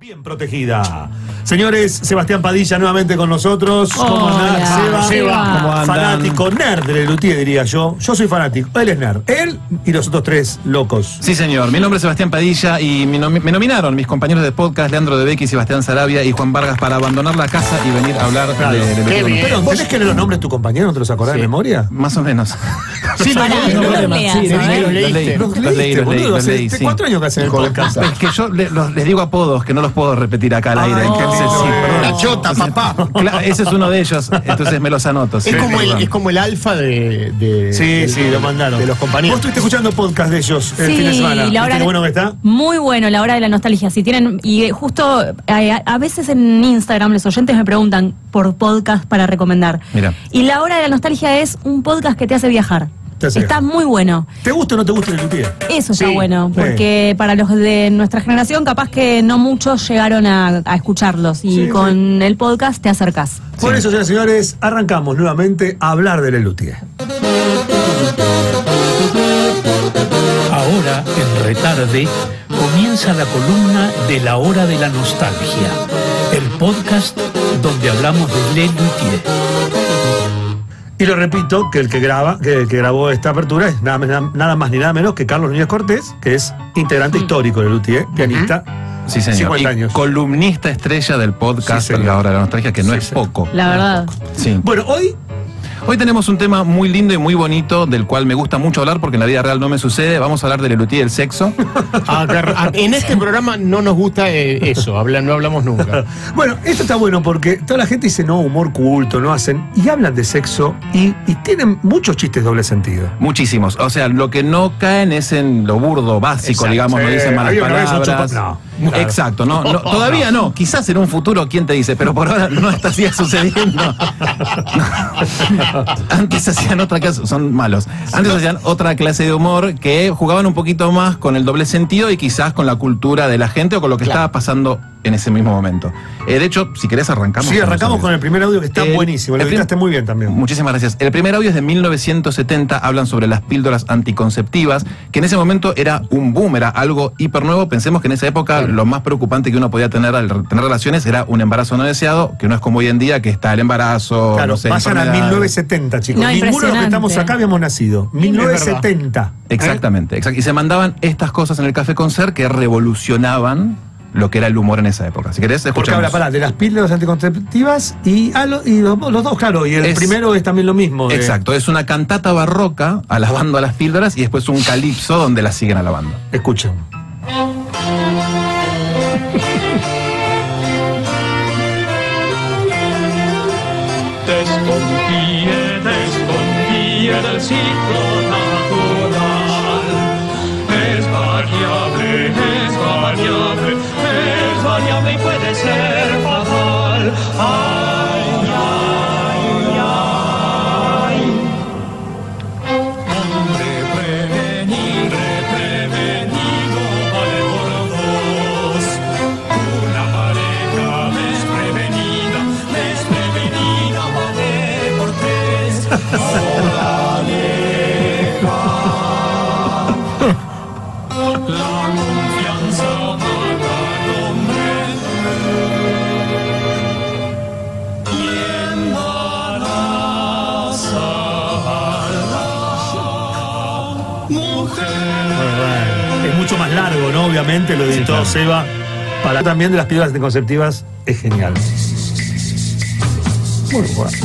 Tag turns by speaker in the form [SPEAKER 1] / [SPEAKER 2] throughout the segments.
[SPEAKER 1] Bien protegida. Señores, Sebastián Padilla nuevamente con nosotros. ¿Cómo andás,
[SPEAKER 2] Hola,
[SPEAKER 1] Seba?
[SPEAKER 2] Seba. ¿Cómo andan?
[SPEAKER 1] Fanático, nerd de Lelutier, diría yo. Yo soy fanático. Él es nerd. Él y los otros tres locos.
[SPEAKER 3] Sí, señor. Mi nombre es Sebastián Padilla y me, nomi- me nominaron mis compañeros de podcast, Leandro Debecki, Sebastián Sarabia y Juan Vargas, para abandonar la casa y venir a hablar
[SPEAKER 1] Claro.
[SPEAKER 3] de, de lo
[SPEAKER 1] Qué
[SPEAKER 3] que
[SPEAKER 1] Pero, ¿vos es que los nombres de tu compañero no te los acordás de memoria?
[SPEAKER 3] Más o menos.
[SPEAKER 2] Sí,
[SPEAKER 4] Pará,
[SPEAKER 2] leí,
[SPEAKER 4] no
[SPEAKER 2] leí,
[SPEAKER 4] lo
[SPEAKER 2] leí,
[SPEAKER 4] leas,
[SPEAKER 2] sí,
[SPEAKER 4] a
[SPEAKER 2] leí,
[SPEAKER 4] ver.
[SPEAKER 2] los
[SPEAKER 3] Los
[SPEAKER 2] leí.
[SPEAKER 3] leí,
[SPEAKER 1] Los
[SPEAKER 3] los leí,
[SPEAKER 1] leíste,
[SPEAKER 3] los leí,
[SPEAKER 1] boludo.
[SPEAKER 3] los
[SPEAKER 1] Hace
[SPEAKER 3] leí,
[SPEAKER 1] te-
[SPEAKER 3] sí.
[SPEAKER 1] cuatro años que hacen el podcast.
[SPEAKER 3] Es que yo le- los- les digo apodos que no los puedo repetir acá al aire.
[SPEAKER 1] Ah,
[SPEAKER 3] entonces,
[SPEAKER 1] no.
[SPEAKER 3] sí, perdón.
[SPEAKER 2] La chota,
[SPEAKER 3] Entonces,
[SPEAKER 2] papá.
[SPEAKER 3] cla- ese es uno de ellos, entonces me los anoto. sí,
[SPEAKER 2] Es como, el,
[SPEAKER 3] perdón.
[SPEAKER 2] es como el alfa de, de-
[SPEAKER 1] Sí,
[SPEAKER 2] de-
[SPEAKER 1] sí, lo mandaron.
[SPEAKER 2] de los
[SPEAKER 1] Vos
[SPEAKER 2] compañeros.
[SPEAKER 1] estuviste escuchando podcast de ellos el
[SPEAKER 4] Sí,
[SPEAKER 1] fin de semana.
[SPEAKER 4] la hora
[SPEAKER 1] ¿Viste qué
[SPEAKER 4] de-
[SPEAKER 1] bueno que está?
[SPEAKER 4] Muy bueno, la hora de la nostalgia. Si tienen, y eh, justo eh, a, a veces en Instagram los oyentes me preguntan por podcast para recomendar.
[SPEAKER 3] Mira.
[SPEAKER 4] Y la hora de la nostalgia es un podcast que te hace viajar.
[SPEAKER 1] Te hace
[SPEAKER 4] Está
[SPEAKER 1] viajar.
[SPEAKER 4] muy bueno.
[SPEAKER 1] ¿Te gusta o no te gusta Lelutier?
[SPEAKER 4] Eso está
[SPEAKER 2] Sí,
[SPEAKER 4] bueno,
[SPEAKER 1] sí.
[SPEAKER 4] porque para los de nuestra generación, capaz que no muchos llegaron a, a escucharlos. Y
[SPEAKER 1] Sí,
[SPEAKER 4] con el podcast te acercás.
[SPEAKER 1] Por
[SPEAKER 3] Sí.
[SPEAKER 1] eso, señores, señores, arrancamos nuevamente a hablar de Lelutier.
[SPEAKER 5] Ahora, en Retarde, comienza la columna de la hora de la nostalgia, el podcast donde hablamos de Le Luthier.
[SPEAKER 1] Y lo repito, que el que graba, que el que grabó esta apertura es nada, nada- nada más ni nada menos que Carlos Núñez Cortés, que es integrante histórico de Lutier, ¿eh? pianista.
[SPEAKER 3] Sí, señor.
[SPEAKER 1] 50
[SPEAKER 3] Y
[SPEAKER 1] años.
[SPEAKER 3] columnista estrella del podcast
[SPEAKER 1] Sí, señor.
[SPEAKER 3] La Hora de la Nostalgia, que no
[SPEAKER 1] Sí,
[SPEAKER 3] es
[SPEAKER 1] señor.
[SPEAKER 3] poco.
[SPEAKER 4] La verdad.
[SPEAKER 3] Sí.
[SPEAKER 1] Bueno, hoy
[SPEAKER 3] Hoy tenemos un tema muy lindo y muy bonito, del cual me gusta mucho hablar porque en la vida real no me sucede. Vamos a hablar de Lelutí y el sexo.
[SPEAKER 2] A- a- en este programa no nos gusta eh, eso, habla, no hablamos nunca.
[SPEAKER 1] Bueno, esto está bueno porque toda la gente dice, no, humor culto, no hacen, y hablan de sexo y, y tienen muchos chistes doble sentido.
[SPEAKER 3] Muchísimos. O sea, lo que no caen es en lo burdo, básico,
[SPEAKER 2] Exacto.
[SPEAKER 3] digamos, no
[SPEAKER 1] Sí,
[SPEAKER 3] dicen malas
[SPEAKER 1] había una vez un
[SPEAKER 3] palabras.
[SPEAKER 1] chupa- no, claro.
[SPEAKER 3] Exacto, no, no, todavía no. Quizás en un futuro, ¿quién te dice? Pero por ahora no está así sucediendo. Antes hacían otra clase, son malos. Antes hacían otra clase de humor que jugaban un poquito más con el doble sentido y quizás con la cultura de la gente o con lo que estaba pasando en ese mismo momento. Eh, de hecho, si querés arrancamos.
[SPEAKER 1] Sí,
[SPEAKER 3] con
[SPEAKER 1] arrancamos
[SPEAKER 3] los
[SPEAKER 1] con el primer audio que está
[SPEAKER 3] El-
[SPEAKER 1] buenísimo, lo
[SPEAKER 3] el prim-
[SPEAKER 1] editaste muy bien también.
[SPEAKER 3] Muchísimas gracias. El primer audio es de 1970, hablan sobre las píldoras anticonceptivas, que en ese momento era un boom, era algo hiper nuevo. Pensemos que en esa época lo más preocupante que uno podía tener al re- tener relaciones era un embarazo no deseado, que no es como hoy en día, que está el embarazo.
[SPEAKER 1] Claro,
[SPEAKER 3] no sé,
[SPEAKER 1] vayan a
[SPEAKER 3] enfermedad.
[SPEAKER 1] 1970, chicos. Ninguno
[SPEAKER 4] No,
[SPEAKER 1] de los que
[SPEAKER 4] impresionante.
[SPEAKER 1] estamos acá habíamos nacido. 1970.
[SPEAKER 3] Exactamente, exact- Y se mandaban estas cosas en el café concert que revolucionaban lo que era el humor en esa época. Si querés,
[SPEAKER 1] Porque
[SPEAKER 3] escuchamos.
[SPEAKER 1] habla, pará, de las píldoras anticonceptivas y, ah, lo- y los, los dos, claro, y el
[SPEAKER 3] Es-
[SPEAKER 1] primero es también lo mismo. eh, de-
[SPEAKER 3] Exacto, es una cantata barroca alabando a las píldoras y después un calipso donde las siguen alabando.
[SPEAKER 1] Escuchen.
[SPEAKER 6] Desconfíe, desconfíe del ciclo natural. Es variable, es variable, es variable y puede ser fatal. Ay, ay, ay. Hombre prevenido, prevenido vale por dos. Una pareja desprevenida, desprevenida vale por tres. Órale, va. La confianza mata al hombre. Y embaraza a la mujer.
[SPEAKER 1] Es mucho más largo, ¿no? Obviamente, lo editó Seba. Para también de las píldoras anticonceptivas es genial. Muy bueno.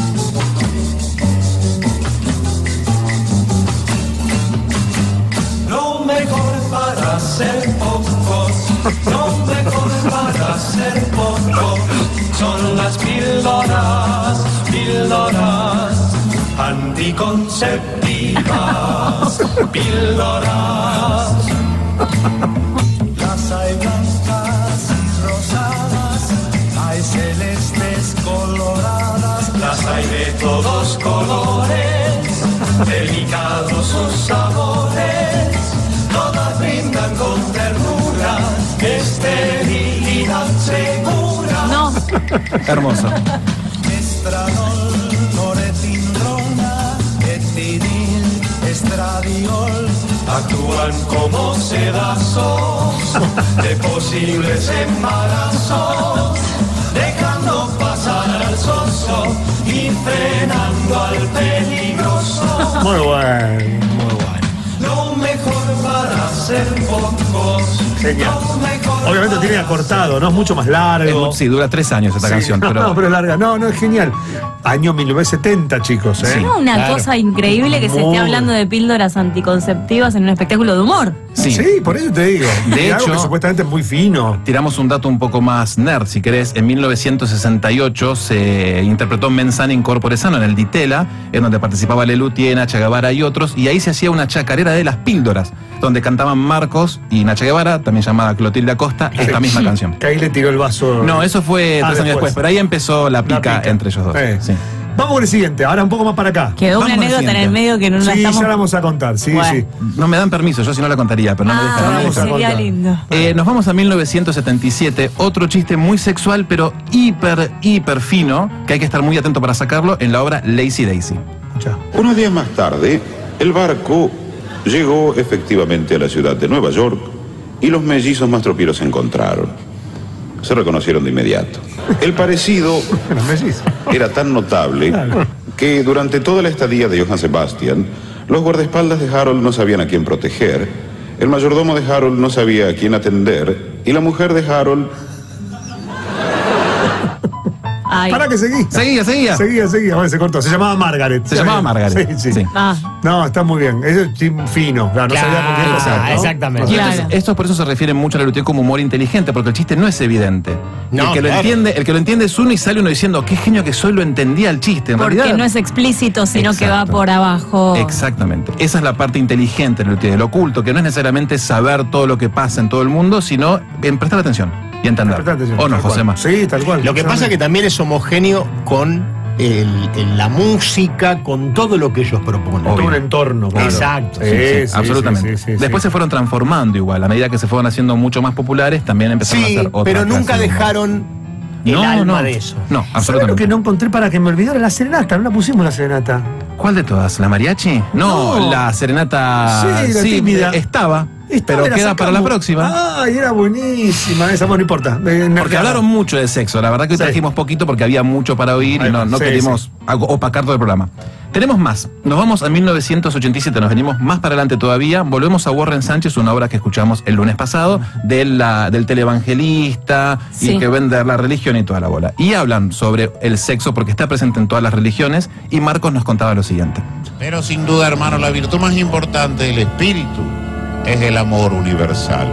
[SPEAKER 6] No mejor para ser pocos, no mejor para ser poco. Son las píldoras, píldoras anticonceptivas, píldoras. Las hay blancas y rosadas, hay celestes coloradas, las hay de todos colores, delicados sus sabores, todas brindan con ternura, esterilidad segura.
[SPEAKER 4] No,
[SPEAKER 3] Hermoso.
[SPEAKER 6] Estradol, noretinrona, etidil, estradiol, actúan como sedazos de posibles embarazos. soso, dejando pasar al soso y frenando al peligroso.
[SPEAKER 1] Muy bueno.
[SPEAKER 6] Lo mejor para ser pocos,
[SPEAKER 1] Genial.
[SPEAKER 6] lo mejor
[SPEAKER 1] Obviamente tiene acortado, ¿no? Es mucho más largo.
[SPEAKER 3] Es muy- sí, dura tres años esta canción,
[SPEAKER 1] no,
[SPEAKER 3] pero,
[SPEAKER 1] no, pero es larga. No, no, es genial. Año 1970, chicos, ¿eh?
[SPEAKER 3] Sí.
[SPEAKER 4] No, una
[SPEAKER 2] claro.
[SPEAKER 4] cosa increíble que se
[SPEAKER 1] Muy.
[SPEAKER 4] esté hablando de píldoras anticonceptivas en un espectáculo de humor.
[SPEAKER 3] sí.
[SPEAKER 1] Sí, por eso te digo.
[SPEAKER 3] De
[SPEAKER 1] Y algo
[SPEAKER 3] hecho-
[SPEAKER 1] que supuestamente es muy fino.
[SPEAKER 3] Tiramos un dato un poco más nerd, si querés. En 1968 se interpretó Mensana Incorpore Sano en el Ditela, en donde participaba Lelutien, Nacha Guevara y otros, y ahí se hacía una chacarera de las píldoras, donde cantaban Marcos y Nacha Guevara, también llamada Clotilde Acosta, esta misma canción.
[SPEAKER 1] Que ahí le tiró el vaso.
[SPEAKER 3] No, eso fue
[SPEAKER 1] Ah,
[SPEAKER 3] tres años después, pero ahí empezó la pica,
[SPEAKER 1] La pica.
[SPEAKER 3] entre ellos dos.
[SPEAKER 1] Eh.
[SPEAKER 3] sí.
[SPEAKER 1] Vamos con el siguiente, ahora un poco más para acá.
[SPEAKER 4] Quedó
[SPEAKER 3] Vamos
[SPEAKER 4] una
[SPEAKER 3] al
[SPEAKER 4] anécdota en
[SPEAKER 3] siguiente.
[SPEAKER 4] el medio que no la
[SPEAKER 1] sí,
[SPEAKER 4] estamos.
[SPEAKER 1] ya la vamos a contar, sí,
[SPEAKER 4] Bueno.
[SPEAKER 1] sí.
[SPEAKER 3] No me dan permiso, yo si no la contaría, pero no me
[SPEAKER 4] Ah,
[SPEAKER 3] dejan. no me
[SPEAKER 1] vamos a
[SPEAKER 3] dejan.
[SPEAKER 4] sería
[SPEAKER 1] contar.
[SPEAKER 4] lindo.
[SPEAKER 3] Eh, nos vamos a 1977, otro chiste muy sexual, pero hiper, hiper fino, que hay que estar muy atento para sacarlo, en la obra Lazy Daisy.
[SPEAKER 1] Escuchá.
[SPEAKER 7] Unos días más tarde, el barco llegó efectivamente a la ciudad de Nueva York y los mellizos más tropieros se encontraron. Se reconocieron de inmediato. El parecido
[SPEAKER 1] Bueno, mellizos.
[SPEAKER 7] era tan notable que durante toda la estadía de Johann Sebastian, los guardaespaldas de Harold no sabían a quién proteger, el mayordomo de Harold no sabía a quién atender y la mujer de Harold
[SPEAKER 4] Ay.
[SPEAKER 1] Para que seguí.
[SPEAKER 3] Seguía, seguía.
[SPEAKER 1] Seguía, seguía. Bueno, se cortó. Se llamaba Margaret.
[SPEAKER 3] Se llamaba Margaret.
[SPEAKER 1] Sí, sí.
[SPEAKER 3] Sí.
[SPEAKER 4] Ah,
[SPEAKER 1] No, está muy bien. Eso es chin fino. Claro, no sabía con quién
[SPEAKER 2] Claro,
[SPEAKER 1] pasar, ¿no?
[SPEAKER 2] exactamente.
[SPEAKER 1] No,
[SPEAKER 4] Claro.
[SPEAKER 3] Esto por eso se refiere mucho a la Luthier como humor inteligente, porque el chiste no es evidente.
[SPEAKER 2] No,
[SPEAKER 3] el, que lo
[SPEAKER 2] claro.
[SPEAKER 3] entiende, el que lo entiende es uno y sale uno diciendo, qué genio que soy, lo entendía el chiste. En
[SPEAKER 4] porque
[SPEAKER 3] realidad,
[SPEAKER 4] no es explícito, sino que va
[SPEAKER 3] Exacto.
[SPEAKER 4] por abajo.
[SPEAKER 3] Exactamente. Esa es la parte inteligente del Luthier, el oculto, que no es necesariamente saber todo lo que pasa en todo el mundo, sino en prestar atención y entender.
[SPEAKER 1] presta atención,
[SPEAKER 3] ¿O no,
[SPEAKER 1] tal cual.
[SPEAKER 3] Josema?
[SPEAKER 1] Sí, tal cual.
[SPEAKER 2] Lo que pasa es que también es homogéneo con el- el- la música, con todo lo que ellos proponen.
[SPEAKER 1] Todo
[SPEAKER 3] Obvio.
[SPEAKER 1] un entorno, claro.
[SPEAKER 2] Exacto,
[SPEAKER 1] Sí,
[SPEAKER 2] sí,
[SPEAKER 3] Sí,
[SPEAKER 1] sí, sí,
[SPEAKER 3] absolutamente.
[SPEAKER 1] sí, sí,
[SPEAKER 3] Después
[SPEAKER 1] sí.
[SPEAKER 3] se fueron transformando igual. A medida que se fueron haciendo mucho más populares, también empezaron a
[SPEAKER 2] Sí,
[SPEAKER 3] hacer otras
[SPEAKER 2] pero
[SPEAKER 3] clases
[SPEAKER 2] nunca
[SPEAKER 3] de humor.
[SPEAKER 2] dejaron el
[SPEAKER 3] no,
[SPEAKER 2] alma
[SPEAKER 3] no,
[SPEAKER 2] de eso.
[SPEAKER 3] No,
[SPEAKER 1] ¿Sabes lo
[SPEAKER 3] absolutamente.
[SPEAKER 1] que no encontré para que me olvidara? La serenata. No la pusimos la serenata.
[SPEAKER 3] ¿Cuál de todas? ¿La mariachi? No,
[SPEAKER 1] No.
[SPEAKER 3] la serenata.
[SPEAKER 1] Sí, la tímida.
[SPEAKER 3] Estaba,
[SPEAKER 1] Esta
[SPEAKER 3] pero
[SPEAKER 1] me la
[SPEAKER 3] queda para
[SPEAKER 1] sacamos.
[SPEAKER 3] la
[SPEAKER 2] Ah,
[SPEAKER 3] próxima.
[SPEAKER 1] Ay, era buenísima esa. Bueno, no importa. Eh,
[SPEAKER 3] porque hablaron mucho de sexo. La verdad que hoy
[SPEAKER 1] Sí.
[SPEAKER 3] trajimos poquito porque había mucho para oír
[SPEAKER 1] Ahí
[SPEAKER 3] y no,
[SPEAKER 1] va,
[SPEAKER 3] no
[SPEAKER 1] sí,
[SPEAKER 3] queríamos algo- opacar todo el programa. Tenemos más. Nos vamos a 1987, nos venimos más para adelante todavía. Volvemos a Warren Sánchez, una obra que escuchamos el lunes pasado, de la, del televangelista
[SPEAKER 4] Sí.
[SPEAKER 3] y que vende la religión y toda la bola. Y hablan sobre el sexo porque está presente en todas las religiones. Y Marcos nos contaba lo siguiente.
[SPEAKER 8] Pero sin duda, hermano, la virtud más importante del espíritu es el amor universal.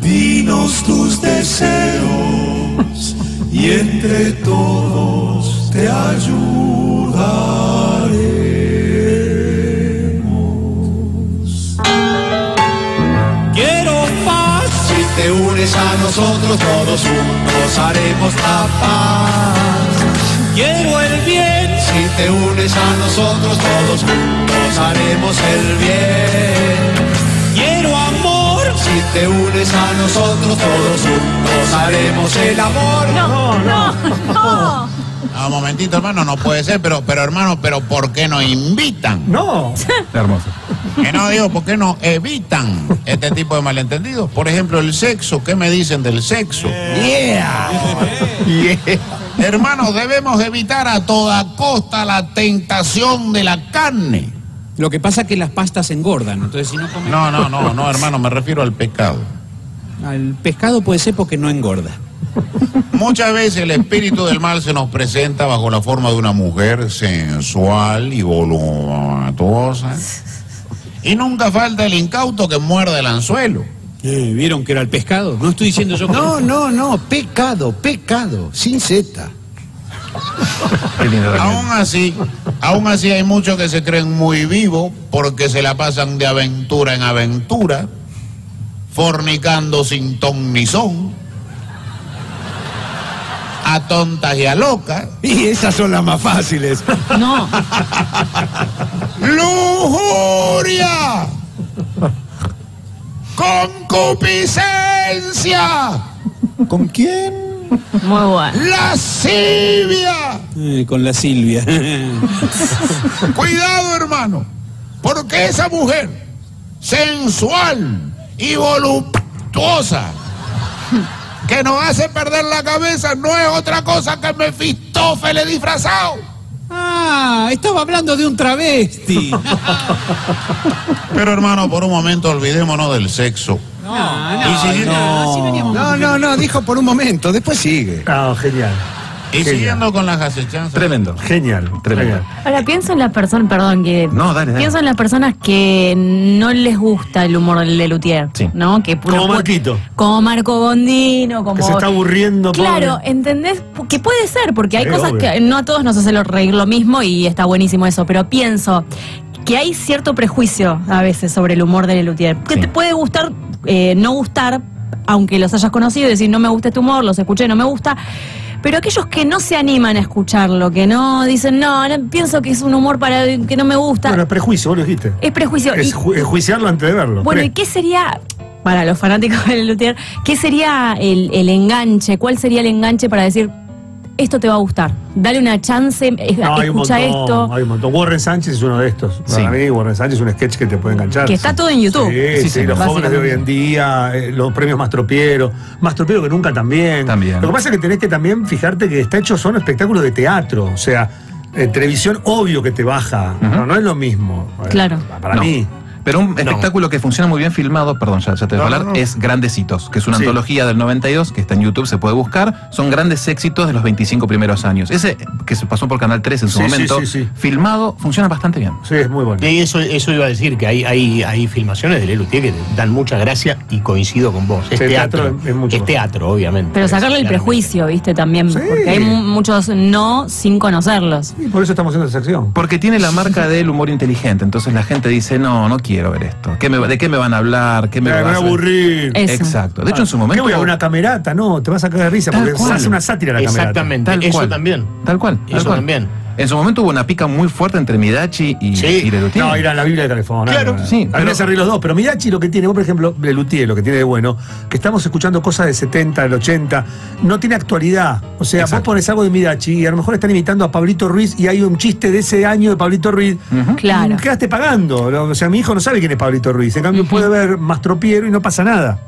[SPEAKER 6] Dinos tus deseos y entre todos te ayudaremos. Quiero paz. Si te unes a nosotros, todos juntos haremos la paz. Quiero el bien. Si te unes a nosotros, todos juntos haremos el bien. Quiero amor. Si te unes a nosotros, todos juntos haremos el amor.
[SPEAKER 4] No, no, no.
[SPEAKER 8] Ah, un momentito, hermano, no puede ser, pero, pero hermano, pero ¿por qué no invitan?
[SPEAKER 1] No.
[SPEAKER 3] Hermoso.
[SPEAKER 8] Que no digo, ¿por qué no evitan este tipo de malentendidos? Por ejemplo, el sexo, ¿qué me dicen del sexo?
[SPEAKER 2] Yeah.
[SPEAKER 8] Hermanos, debemos evitar a toda costa la tentación de la carne.
[SPEAKER 9] Lo que pasa es que las pastas engordan, entonces si no comes...
[SPEAKER 8] No, no, no, no, hermano, me refiero al pecado.
[SPEAKER 9] El pescado puede ser porque no engorda.
[SPEAKER 8] Muchas veces el espíritu del mal se nos presenta bajo la forma de una mujer sensual y voluminosa. Y nunca falta el incauto que muerde el anzuelo.
[SPEAKER 9] Eh, ¿Vieron que era el pescado? No estoy diciendo yo... que-
[SPEAKER 2] No, no, no, pecado, pecado, sin Z.
[SPEAKER 3] Qué lindo realmente.
[SPEAKER 8] Aún así, aún así hay muchos que se creen muy vivos porque se la pasan de aventura en aventura, fornicando sin ton ni son, a tontas y a locas.
[SPEAKER 2] Y esas son las más fáciles.
[SPEAKER 4] No,
[SPEAKER 8] lujuria, concupiscencia,
[SPEAKER 2] ¿Con quién?
[SPEAKER 4] muy bueno.
[SPEAKER 8] lascivia.
[SPEAKER 9] Eh, con la Silvia.
[SPEAKER 8] Cuidado, hermano, porque esa mujer sensual y voluptuosa que nos hace perder la cabeza no es otra cosa que Mefistófeles disfrazado.
[SPEAKER 9] Ah, estaba hablando de un travesti.
[SPEAKER 8] Pero hermano, por un momento olvidémonos del sexo.
[SPEAKER 9] No,
[SPEAKER 8] Y si-
[SPEAKER 9] así veníamos.
[SPEAKER 2] No, no, no, dijo por un momento, después sigue.
[SPEAKER 1] Ah, genial.
[SPEAKER 8] Y siguiendo con las acechanzas.
[SPEAKER 3] Tremendo.
[SPEAKER 1] Genial.
[SPEAKER 3] Tremendo.
[SPEAKER 1] genial.
[SPEAKER 4] Ahora pienso en las personas, perdón, que
[SPEAKER 3] No, dale, dale.
[SPEAKER 4] pienso en las personas que no les gusta el humor del de Luthier,
[SPEAKER 3] Sí.
[SPEAKER 4] ¿no? Que
[SPEAKER 1] Como Marquito.
[SPEAKER 4] como Marco Gondino, como
[SPEAKER 1] Que se está aburriendo, pobre.
[SPEAKER 4] Claro, ¿entendés? Que puede ser, porque hay
[SPEAKER 1] Sí,
[SPEAKER 4] cosas
[SPEAKER 1] obvio.
[SPEAKER 4] que no a todos nos hace lo- reír lo mismo y está buenísimo eso, pero pienso que hay cierto prejuicio a veces sobre el humor de Lelutier, que
[SPEAKER 3] Sí.
[SPEAKER 4] te puede gustar, eh, no gustar, aunque los hayas conocido y decir no me gusta este humor, los escuché, no me gusta. Pero aquellos que no se animan a escucharlo, que no dicen, no, no, pienso que es un humor para que no me gusta,
[SPEAKER 1] Bueno, es prejuicio, vos lo dijiste.
[SPEAKER 4] es prejuicio.
[SPEAKER 1] Es
[SPEAKER 4] Eh, Y-
[SPEAKER 1] ju- es juiciarlo antes de verlo.
[SPEAKER 4] bueno, ¿y
[SPEAKER 1] Pre-
[SPEAKER 4] qué sería, para los fanáticos del Luthier, qué sería el, el enganche? ¿Cuál sería el enganche para decir, esto te va a gustar? Dale una chance, eh,
[SPEAKER 1] No, hay un
[SPEAKER 4] escucha
[SPEAKER 1] montón,
[SPEAKER 4] esto.
[SPEAKER 1] hay un montón. Warren Sánchez es uno de estos.
[SPEAKER 3] Sí.
[SPEAKER 1] Para mí, Warren Sánchez es un sketch que te puede enganchar.
[SPEAKER 4] Que está
[SPEAKER 1] Sí.
[SPEAKER 4] todo en YouTube.
[SPEAKER 1] Sí,
[SPEAKER 3] Sí,
[SPEAKER 1] sí,
[SPEAKER 3] señor.
[SPEAKER 1] los jóvenes de hoy en día, eh, los premios más tropiero, más tropiero que nunca también.
[SPEAKER 3] También.
[SPEAKER 1] Lo que pasa es que tenés que también fijarte que está hecho son espectáculos de teatro, o sea, eh, televisión obvio que te baja, no, no es lo mismo. Eh,
[SPEAKER 4] Claro.
[SPEAKER 1] Para
[SPEAKER 3] No.
[SPEAKER 1] mí.
[SPEAKER 3] Pero un espectáculo que funciona muy bien filmado, perdón, ya, ya te voy a
[SPEAKER 1] No,
[SPEAKER 3] hablar,
[SPEAKER 1] no, no.
[SPEAKER 3] es Grandecitos, que es una
[SPEAKER 1] Sí.
[SPEAKER 3] antología del 92 que está en YouTube, se puede buscar. Son grandes éxitos de los 25 primeros años. Ese que se pasó por Canal 3 en su
[SPEAKER 1] Sí, sí,
[SPEAKER 3] momento,
[SPEAKER 1] sí, sí.
[SPEAKER 3] filmado, funciona bastante bien.
[SPEAKER 1] Sí, es muy bueno.
[SPEAKER 2] De eso, eso iba a decir, que hay, hay, hay filmaciones de Lelutier que dan mucha gracia y coincido con vos. Es
[SPEAKER 1] El
[SPEAKER 2] teatro,
[SPEAKER 1] teatro es mucho
[SPEAKER 2] es
[SPEAKER 1] más.
[SPEAKER 2] teatro, obviamente.
[SPEAKER 4] Pero
[SPEAKER 2] Es,
[SPEAKER 4] sacarle el
[SPEAKER 2] claramente.
[SPEAKER 4] prejuicio, ¿viste? También,
[SPEAKER 1] Sí.
[SPEAKER 4] porque hay mu- muchos no sin conocerlos.
[SPEAKER 1] Y por eso estamos haciendo esta sección.
[SPEAKER 3] Porque tiene la marca del humor inteligente, entonces la gente dice, no, no quiero ver esto. ¿Qué me- ¿De qué me van a hablar? ¿Qué me
[SPEAKER 1] Eh, Me
[SPEAKER 3] van
[SPEAKER 1] van a
[SPEAKER 3] a hacer?"
[SPEAKER 1] aburrir. Ah,
[SPEAKER 4] Eso.
[SPEAKER 3] Exacto. eh. De hecho, en su momento...
[SPEAKER 1] ¿Qué voy a ver, una camerata? No, te vas a cagar de risa
[SPEAKER 3] Tal
[SPEAKER 1] porque
[SPEAKER 3] cual.
[SPEAKER 1] se hace una sátira la camerata.
[SPEAKER 2] Exactamente,
[SPEAKER 3] Tal
[SPEAKER 2] eso
[SPEAKER 3] cual.
[SPEAKER 2] también.
[SPEAKER 3] Tal cual. tal
[SPEAKER 2] Eso
[SPEAKER 3] cual.
[SPEAKER 2] también.
[SPEAKER 3] En su momento hubo una pica muy fuerte entre Midachi y,
[SPEAKER 2] Sí.
[SPEAKER 3] y Lelutier.
[SPEAKER 1] No, ir a la Biblia de California.
[SPEAKER 2] Claro,
[SPEAKER 3] sí,
[SPEAKER 1] A mí
[SPEAKER 3] pero-
[SPEAKER 1] me cerré los dos, pero Mirachi lo que tiene, vos por ejemplo, Lelutier, lo que tiene de bueno, que estamos escuchando cosas del 70, del 80, no tiene actualidad. O sea, vos pones algo de Mirachi y a lo mejor están imitando a Pablito Ruiz y hay un chiste de ese año de Pablito Ruiz.
[SPEAKER 4] Claro.
[SPEAKER 1] Mm, Quedaste pagando. Lo- O sea, mi hijo no sabe quién es Pablito Ruiz. En cambio, puede ver Mastropiero y no pasa nada.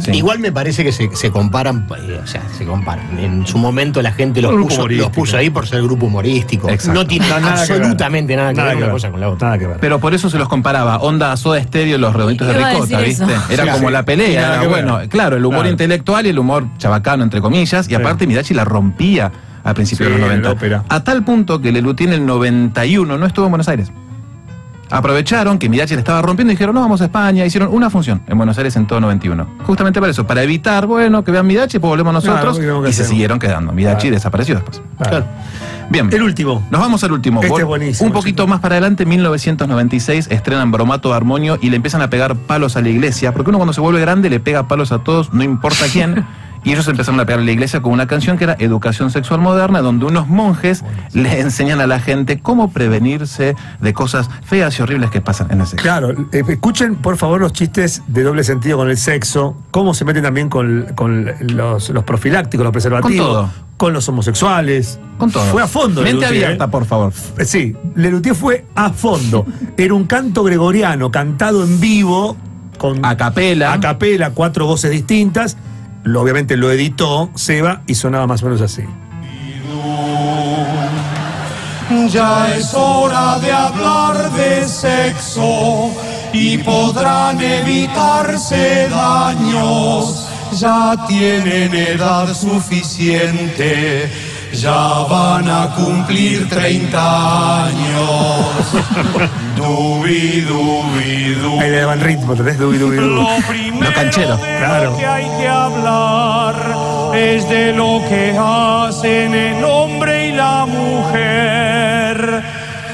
[SPEAKER 3] Sí.
[SPEAKER 2] Igual me parece que se, se comparan, eh, o sea, se comparan. En su momento la gente los,
[SPEAKER 1] Grupo
[SPEAKER 2] puso, los
[SPEAKER 1] humorístico.
[SPEAKER 2] puso ahí por ser grupo humorístico.
[SPEAKER 3] Exacto.
[SPEAKER 2] No tiene
[SPEAKER 1] No, nada que ver.
[SPEAKER 2] absolutamente nada que ver una
[SPEAKER 1] ver.
[SPEAKER 2] cosa con la otra.
[SPEAKER 1] Nada que ver.
[SPEAKER 3] Pero por eso se los comparaba, onda soda estéreo y los redonditos de
[SPEAKER 4] Iba a
[SPEAKER 3] ricota,
[SPEAKER 4] decir
[SPEAKER 3] ¿viste?
[SPEAKER 4] eso.
[SPEAKER 3] Era
[SPEAKER 1] Sí,
[SPEAKER 3] como
[SPEAKER 1] sí.
[SPEAKER 3] la pelea,
[SPEAKER 1] Nada
[SPEAKER 3] era,
[SPEAKER 1] que ver.
[SPEAKER 3] bueno, claro, el humor
[SPEAKER 1] Claro.
[SPEAKER 3] intelectual y el humor chabacano, entre comillas, y aparte Midachi la rompía a principios
[SPEAKER 1] Sí,
[SPEAKER 3] de los
[SPEAKER 1] en
[SPEAKER 3] 90.
[SPEAKER 1] la ópera.
[SPEAKER 3] A tal punto que Lelutí en el 91 no estuvo en Buenos Aires. Aprovecharon que Midachi le estaba rompiendo y dijeron, no, vamos a España. Hicieron una función en Buenos Aires en todo 91. Justamente para eso, para evitar, bueno, que vean Midachi, pues volvemos nosotros.
[SPEAKER 1] Claro,
[SPEAKER 3] y
[SPEAKER 1] ¿qué
[SPEAKER 3] se
[SPEAKER 1] hacemos?
[SPEAKER 3] siguieron quedando. Midachi
[SPEAKER 1] Claro.
[SPEAKER 3] desapareció después.
[SPEAKER 1] Claro.
[SPEAKER 3] Bien.
[SPEAKER 1] El último.
[SPEAKER 3] Nos vamos al último.
[SPEAKER 1] Este
[SPEAKER 3] Vol-
[SPEAKER 1] es buenísimo,
[SPEAKER 3] Un poquito más para adelante, 1996, estrenan Bromato de Armonio y le empiezan a pegar palos a la iglesia, porque uno cuando se vuelve grande le pega palos a todos, no importa quién. Y ellos empezaron a pegar a la iglesia con una canción que era Educación Sexual Moderna, donde unos monjes le enseñan a la gente cómo prevenirse de cosas feas y horribles que pasan en el sexo.
[SPEAKER 1] Claro, eh, escuchen por favor los chistes de doble sentido con el sexo, cómo se meten también con, con los, los profilácticos, los preservativos,
[SPEAKER 3] Con todo.
[SPEAKER 1] con los homosexuales.
[SPEAKER 3] Con todo.
[SPEAKER 1] Fue a fondo.
[SPEAKER 3] Mente
[SPEAKER 1] Lelutier,
[SPEAKER 3] abierta,
[SPEAKER 1] ¿eh?
[SPEAKER 3] por favor.
[SPEAKER 1] Eh, Sí, Lelutier fue a fondo. Era un canto gregoriano cantado en vivo con
[SPEAKER 3] A capela.
[SPEAKER 1] a capela, cuatro voces distintas. Lo- obviamente lo editó Seba y sonaba más o menos así.
[SPEAKER 6] Ya es hora de hablar de sexo y podrán evitarse daños. Ya tienen edad suficiente, ya van a cumplir 30 años. Dubi, dubi, dubi.
[SPEAKER 1] Ahí le daban ritmo, ¿entendés? Dubi, dubi, dubi.
[SPEAKER 6] Lo primero
[SPEAKER 3] Los cancheros.
[SPEAKER 6] de
[SPEAKER 1] Claro.
[SPEAKER 6] lo que hay que hablar es de lo que hacen el hombre y la mujer.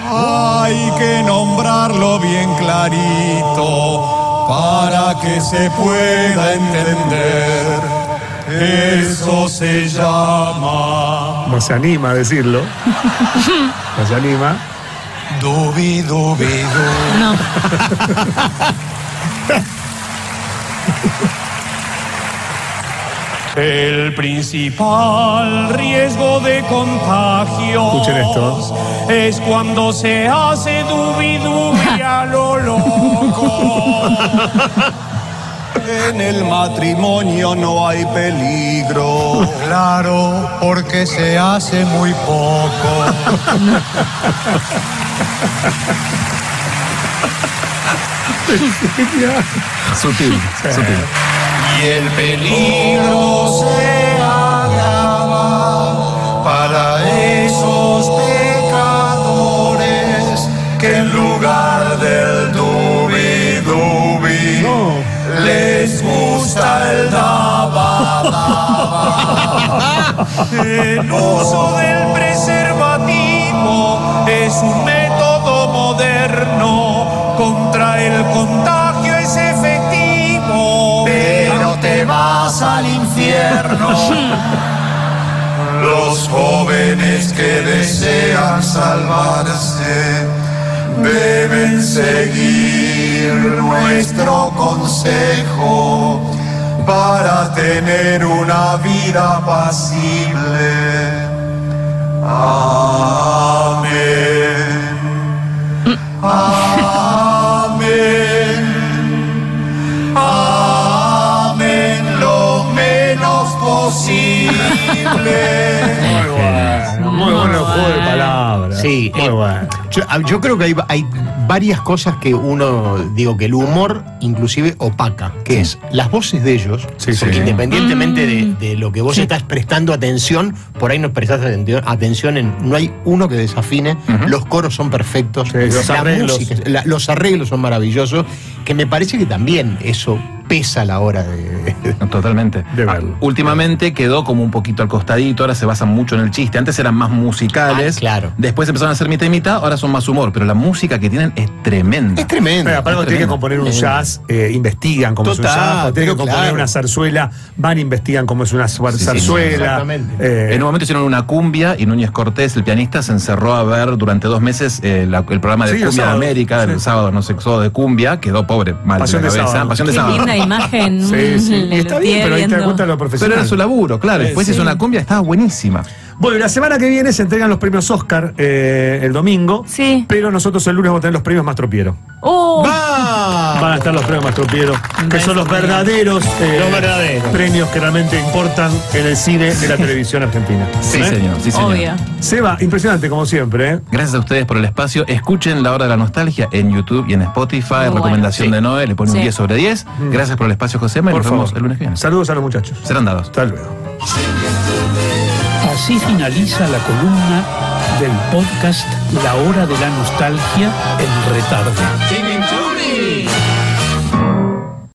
[SPEAKER 6] Hay que nombrarlo bien clarito para que se pueda entender. Eso se llama
[SPEAKER 1] No se anima a decirlo. No se anima.
[SPEAKER 6] dubi dubi dubi.
[SPEAKER 4] No.
[SPEAKER 6] El principal riesgo de contagio
[SPEAKER 1] Escuchen esto.
[SPEAKER 6] es cuando se hace dubi dubi a lo loco. En el matrimonio no hay peligro.
[SPEAKER 10] Claro, porque se hace muy poco.
[SPEAKER 3] Sutil, sutil.
[SPEAKER 6] Y el peligro se agrava para esos pecadores que en lugar del dubi dubi les gusta el daba daba. El uso del preservativo es un método moderno contra el contagio es efectivo, pero te vas al infierno. Los jóvenes que desean salvarse deben seguir nuestro consejo para tener una vida pasible. Amén. Amén. Amén. Lo menos posible.
[SPEAKER 1] Muy bueno el juego de palabras.
[SPEAKER 2] Sí,
[SPEAKER 1] muy
[SPEAKER 2] eh,
[SPEAKER 1] bueno.
[SPEAKER 2] Yo, ah, yo creo que hay, hay varias cosas que uno, digo, que el humor inclusive opaca, que es las voces de ellos,
[SPEAKER 1] Sí,
[SPEAKER 2] porque
[SPEAKER 1] sí.
[SPEAKER 2] independientemente de- de, lo que vos estás prestando atención, por ahí nos prestás atentio- atención en, no hay uno que desafine, los coros son perfectos,
[SPEAKER 1] Sí, los
[SPEAKER 2] la
[SPEAKER 1] arreglos.
[SPEAKER 2] música, la- los arreglos son maravillosos, que me parece que también eso pesa a la hora de...
[SPEAKER 3] No, Totalmente.
[SPEAKER 1] De verlo.
[SPEAKER 3] Ah, últimamente quedó como un poquito al costadito, ahora se basan mucho en el chiste. Antes eran más musicales.
[SPEAKER 2] Ah, claro.
[SPEAKER 3] Después empezaron a hacer mitad y mitad, ahora son más humor, pero la música que tienen es tremenda.
[SPEAKER 2] es tremendo.
[SPEAKER 1] Pero aparte cuando tienen que componer un jazz, eh, investigan cómo es un
[SPEAKER 2] Total,
[SPEAKER 1] jazz. Cuando tienen que
[SPEAKER 2] pero
[SPEAKER 1] componer
[SPEAKER 2] claro.
[SPEAKER 1] una zarzuela, van, investigan cómo es una zar-
[SPEAKER 3] Sí, sí,
[SPEAKER 1] zarzuela.
[SPEAKER 2] exactamente.
[SPEAKER 1] Eh,
[SPEAKER 3] En un momento hicieron una cumbia y Núñez Cortés, el pianista, se encerró a ver durante dos meses eh, la- el programa de
[SPEAKER 1] Sí, el
[SPEAKER 3] Cumbia de
[SPEAKER 1] sábado.
[SPEAKER 3] América,
[SPEAKER 1] Sí.
[SPEAKER 3] el sábado, no sé, sábado de cumbia, quedó pobre, mal
[SPEAKER 1] Pasión
[SPEAKER 3] de
[SPEAKER 1] de
[SPEAKER 3] la cabeza.
[SPEAKER 1] sábado.
[SPEAKER 3] Pasión de
[SPEAKER 4] Qué
[SPEAKER 3] sábado.
[SPEAKER 4] linda imagen.
[SPEAKER 1] sí, sí.
[SPEAKER 4] mm,
[SPEAKER 1] Y está bien, pero ahí
[SPEAKER 4] Lelutier
[SPEAKER 1] te das
[SPEAKER 4] viendo.
[SPEAKER 1] cuenta de lo profesional.
[SPEAKER 3] Pero era su laburo, claro.
[SPEAKER 1] Sí,
[SPEAKER 3] Después
[SPEAKER 1] sí.
[SPEAKER 3] hizo una cumbia, estaba buenísima.
[SPEAKER 1] Bueno, y la semana que viene se entregan los premios Oscar eh, el domingo.
[SPEAKER 4] Sí.
[SPEAKER 1] Pero nosotros el lunes vamos a tener los premios más tropiero.
[SPEAKER 4] Oh,
[SPEAKER 1] Ah.
[SPEAKER 2] Ah,
[SPEAKER 1] Van a estar los premios más tropiero, que son los verdaderos, eh, premios que realmente importan en el cine y la televisión argentina.
[SPEAKER 3] Sí,
[SPEAKER 1] ¿Eh?
[SPEAKER 3] señor. Sí, señor.
[SPEAKER 4] obvio.
[SPEAKER 1] Seba, impresionante como siempre, ¿eh?
[SPEAKER 3] Gracias a ustedes por el espacio. Escuchen La Hora de la Nostalgia en YouTube y en Spotify.
[SPEAKER 4] Muy
[SPEAKER 3] Recomendación de Noé, le pone
[SPEAKER 4] Sí. Mm.
[SPEAKER 3] un 10 sobre 10. Gracias por el espacio, Josema, y
[SPEAKER 1] Por
[SPEAKER 3] nos vemos
[SPEAKER 1] favor.
[SPEAKER 3] el lunes que viene.
[SPEAKER 1] Saludos a los muchachos.
[SPEAKER 3] Serán dados.
[SPEAKER 1] Hasta luego.
[SPEAKER 5] Así finaliza la columna del podcast La Hora de la Nostalgia en Retarde.